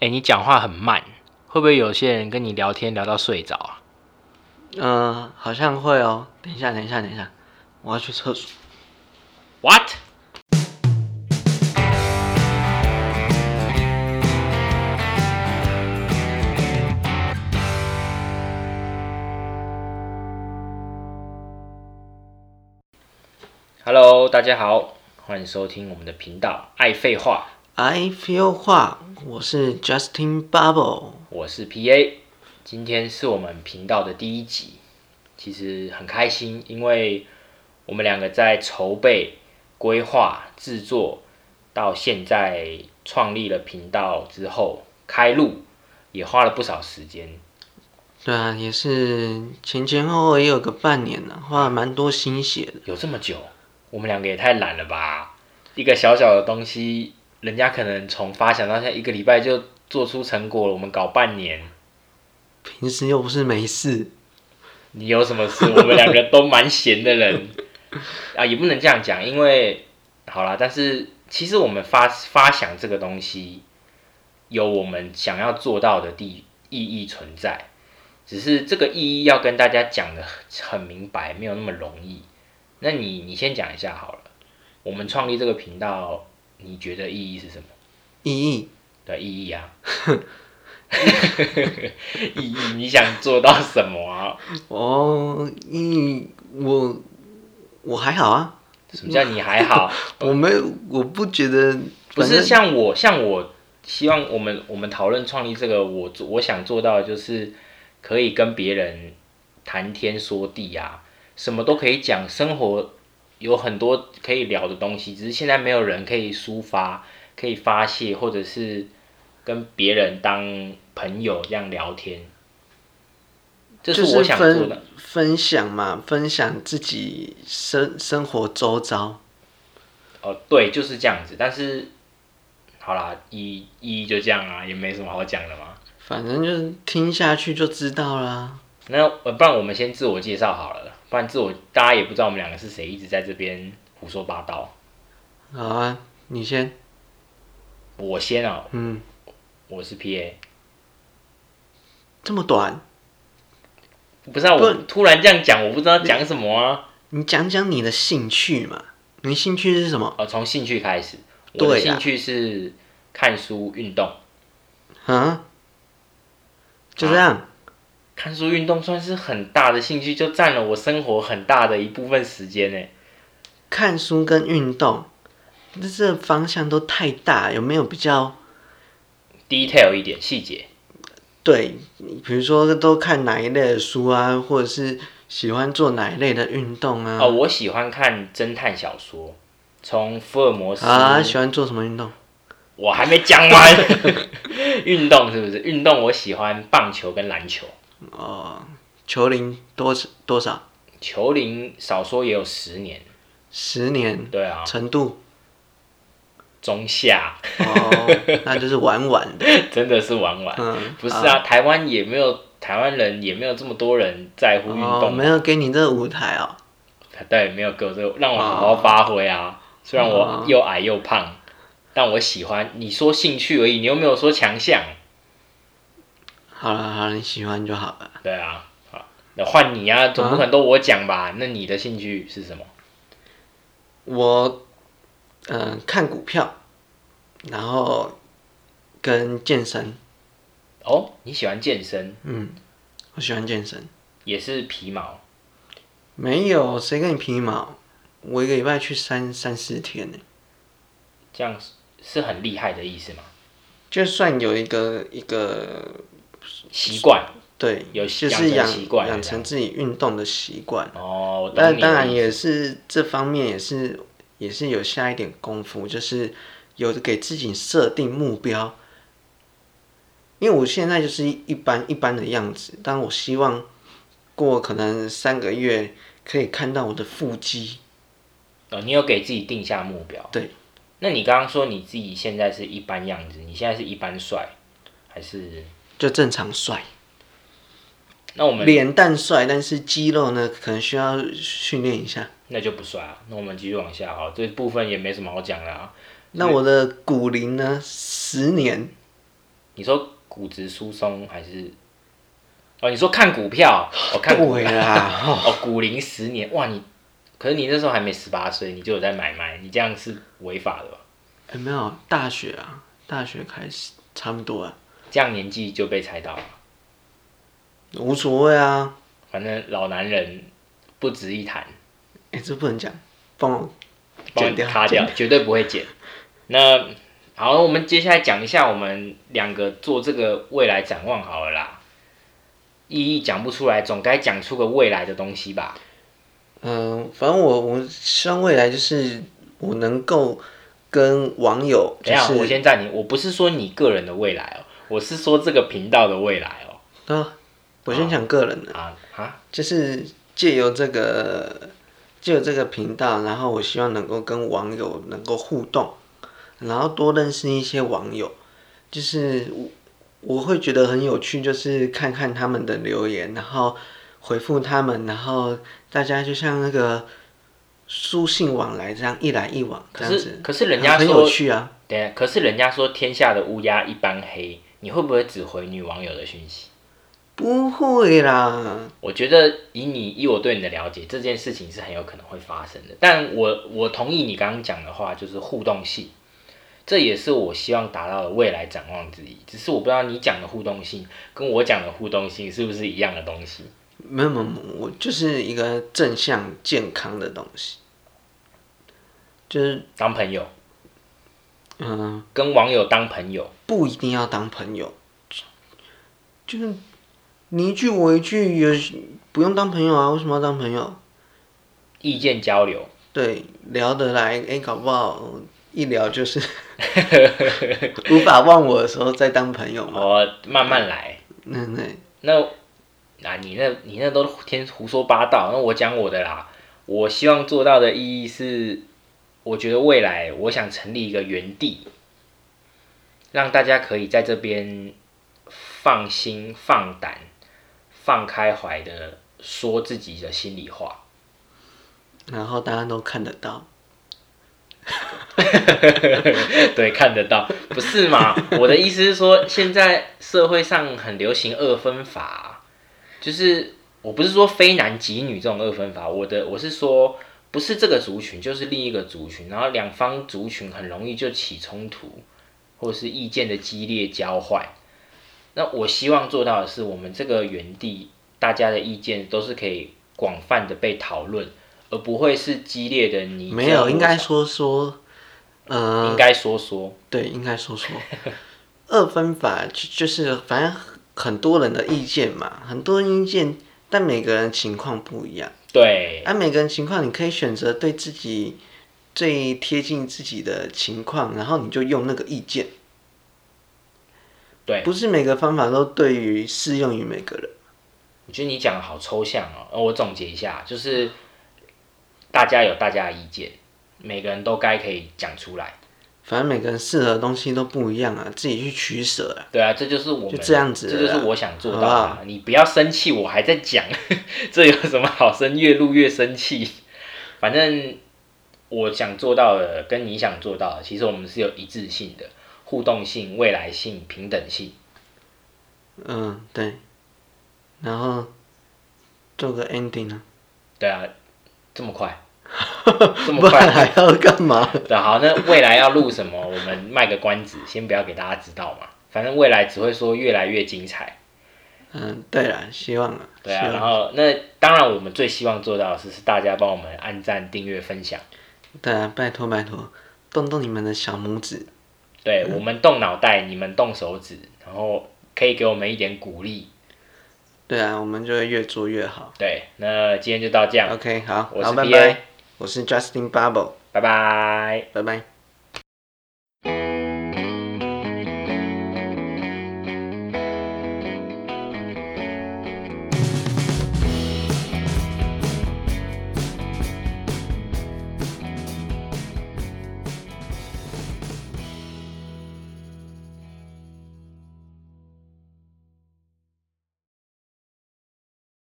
哎、你讲话很慢，会不会有些人跟你聊天聊到睡着啊？嗯，好像会哦。等一下，等一下，等一下，我要去厕所。 What？Hello，大家好，欢迎收听我们的频道《爱废话 I feel 话，我是 Justin Bubble。》，我是 PA，今天是我们频道的第一集，其实很开心，因为我们两个在筹备、规划、制作，到现在创立了频道之后开录，也花了不少时间。对啊，也是前前后后也有个半年了，花了蛮多心血的。有这么久，我们两个也太懒了吧！一个小小的东西，人家可能从发想到现在一个礼拜就做出成果了，我们搞半年。平时又不是没事，你有什么事？我们两个都蛮闲的人啊，也不能这样讲，因为好啦，但是其实我们发发想这个东西，有我们想要做到的地意义存在，只是这个意义要跟大家讲的很明白，没有那么容易。那你你先讲一下好了，我们创立这个频道，你觉得意义是什么？意义的意义啊？意义，你想做到什么啊？哦，意义我我还好啊，什么叫你还好？我没有我不觉得，不反是正像我，像我希望我们我们讨论创立这个，我做我想做到的就是可以跟别人谈天说地啊，什么都可以讲，生活有很多可以聊的东西，只是现在没有人可以抒发、可以发泄，或者是跟别人当朋友这样聊天。这就是我想做的分，分享嘛，分享自己生生活周遭。哦，对，就是这样子。但是，好啦，一一就这样啊，也没什么好讲的嘛。反正就是听下去就知道啦。那呃不然我们先自我介绍好了，不然自我大家也不知道我们两个是谁，一直在这边胡说八道。好啊，你先。我先哦，嗯，我是 PA，这么短，不是啊，不我突然这样讲，我不知道讲什么啊。你讲讲你的兴趣嘛？你兴趣是什么？哦，从兴趣开始，对啊我的兴趣是看书、运动。啊？就这啊样，看书、运动算是很大的兴趣，就占了我生活很大的一部分时间呢。看书跟运动，这这方向都太大，有没有比较 detail 一点，细节。对？你比如说都看哪一类的书啊，或者是喜欢做哪一类的运动啊？哦，我喜欢看侦探小说，从福尔摩斯啊，喜欢做什么运动？我还没讲完。 运动是不是？运动我喜欢棒球跟篮球，哦，球龄多多少？球龄少说也有十年。十年对啊，程度？中下 哦，那就是玩玩的。真的是玩玩。嗯，不是啊，台湾也没有台湾人也没有这么多人在乎运哦，动。没有给你这个舞台哦。对，没有给我这个让我好好发挥啊。虽然我哦又矮又胖，但我喜欢。你说兴趣而已，你又没有说强项。好了好了，你喜欢就好了。对啊，好，那换你啊，总不可能都我讲吧？那你的兴趣是什么？我嗯、呃看股票，然后跟健身，哦，你喜欢健身，嗯，我喜欢健身。也是皮毛。没有谁跟你皮毛，我一个礼拜去三三四天呢。这样是是很厉害的意思吗？就算有一个一个习惯对，有就养是成养习惯养这成自己运动的习惯。哦，我懂但你的当然意也是这方面也是也是有下一点功夫，就是有给自己设定目标。因为我现在就是一般一般的样子，但我希望过可能三个月可以看到我的腹肌。思哦，你有给自己定下目标。对，那你刚刚说你自己现在是一般样子，你现在是一般帅还是？就正常帅，那我们脸蛋帅，但是肌肉呢，可能需要训练一下。那就不帅啊，那我们继续往下好，这部分也没什么好讲的啊。那我的骨龄呢？十年，你说骨质疏松还是？哦，你说看股票，我、看股对 啦，哦，股龄十年，哇，你可是你那时候还没十八岁，你就有在买卖，你这样是违法的吧？哎没有大学啊，大学开始差不多啊，这样年纪就被猜到了，无所谓啊。反正老男人不值一谈，哎、这不能讲，帮我帮剪你掉卡掉，绝对不会剪。那好，我们接下来讲一下我们两个做这个未来展望好了啦。意义讲不出来，总该讲出个未来的东西吧？嗯，反正我我希望未来就是我能够跟网友等就一下，我是先暂停。我不是说你个人的未来哦，我是说这个频道的未来哦。啊，我先讲个人的，啊啊，就是借由这个借由这个频道，然后我希望能够跟网友能够互动，然后多认识一些网友，就是我我会觉得很有趣，就是看看他们的留言，然后回复他们，然后大家就像那个书信往来这样一来一往这可样子是，可是人家很有说，趣啊。等一下，可是人家说天下的乌鸦一般黑，你会不会只回女网友的讯息？不会啦，我觉得以你以我对你的了解，这件事情是很有可能会发生的。但我我同意你刚刚讲的话，就是互动性，这也是我希望达到的未来展望之一。只是我不知道你讲的互动性跟我讲的互动性是不是一样的东西。没有没有，没有我就是一个正向健康的东西，就是当朋友，嗯、跟网友当朋友，不一定要当朋友，就就是你一句我一句，有不用当朋友啊？为什么要当朋友？意见交流，对，聊得来，哎、搞不好一聊就是 无法忘我的时候再当朋友嘛。我慢慢来。那那那啊，你那你那都天胡说八道。那我讲我的啦，我希望做到的意义是，我觉得未来我想成立一个园地，让大家可以在这边放心、放胆、放开怀的说自己的心里话。然后大家都看得到， 对，看得到，不是嘛？我的意思是说，现在社会上很流行二分法啊、就是我不是说非男即女这种二分法，我的我是说，不是这个族群就是另一个族群，然后两方族群很容易就起冲突，或是意见的激烈交换。那我希望做到的是，我们这个园地大家的意见都是可以广泛的被讨论，而不会是激烈的你没有，争应我该吵说说，呃，应该说说。对，应该说说 二分法就就是反正很多人的意见嘛，很多意见，但每个人情况不一样。啊对，按每个人情况，你可以选择对自己最贴近自己的情况，然后你就用那个意见。对，不是每个方法都对于适用于每个人。我觉得你讲的好抽象哦。呃我总结一下，就是大家有大家的意见，每个人都该可以讲出来。反正每个人适合的东西都不一样啊，自己去取舍啊。对啊，这就是我们就这样子了这啦就是我想做到好的。你不要生气，我还在讲， 这有什么好生？越录越生气。反正我想做到的跟你想做到的，其实我们是有一致性的，互动性、未来性、平等性。嗯，对。然后做个 ending 啊，对啊，这么 快，这么不快然。还要干嘛？ 对，好，那未来要录什么，我们卖个关子， 先不要给大家知道嘛。反正未来只会说越来越精彩，嗯，对啦，希望啊，对希啊。望然后那当然，我们最希望做到的是是大家帮我们按赞、订阅、分享，对啊，拜托拜托，动动你们的小拇指，对、嗯我们动脑袋，你们动手指，然后可以给我们一点鼓励。对啊，我们就会越做越好。对，那今天就到这样， OK，好，我是好，拜 BA 拜，我是 Justin Bubble，拜拜。拜拜。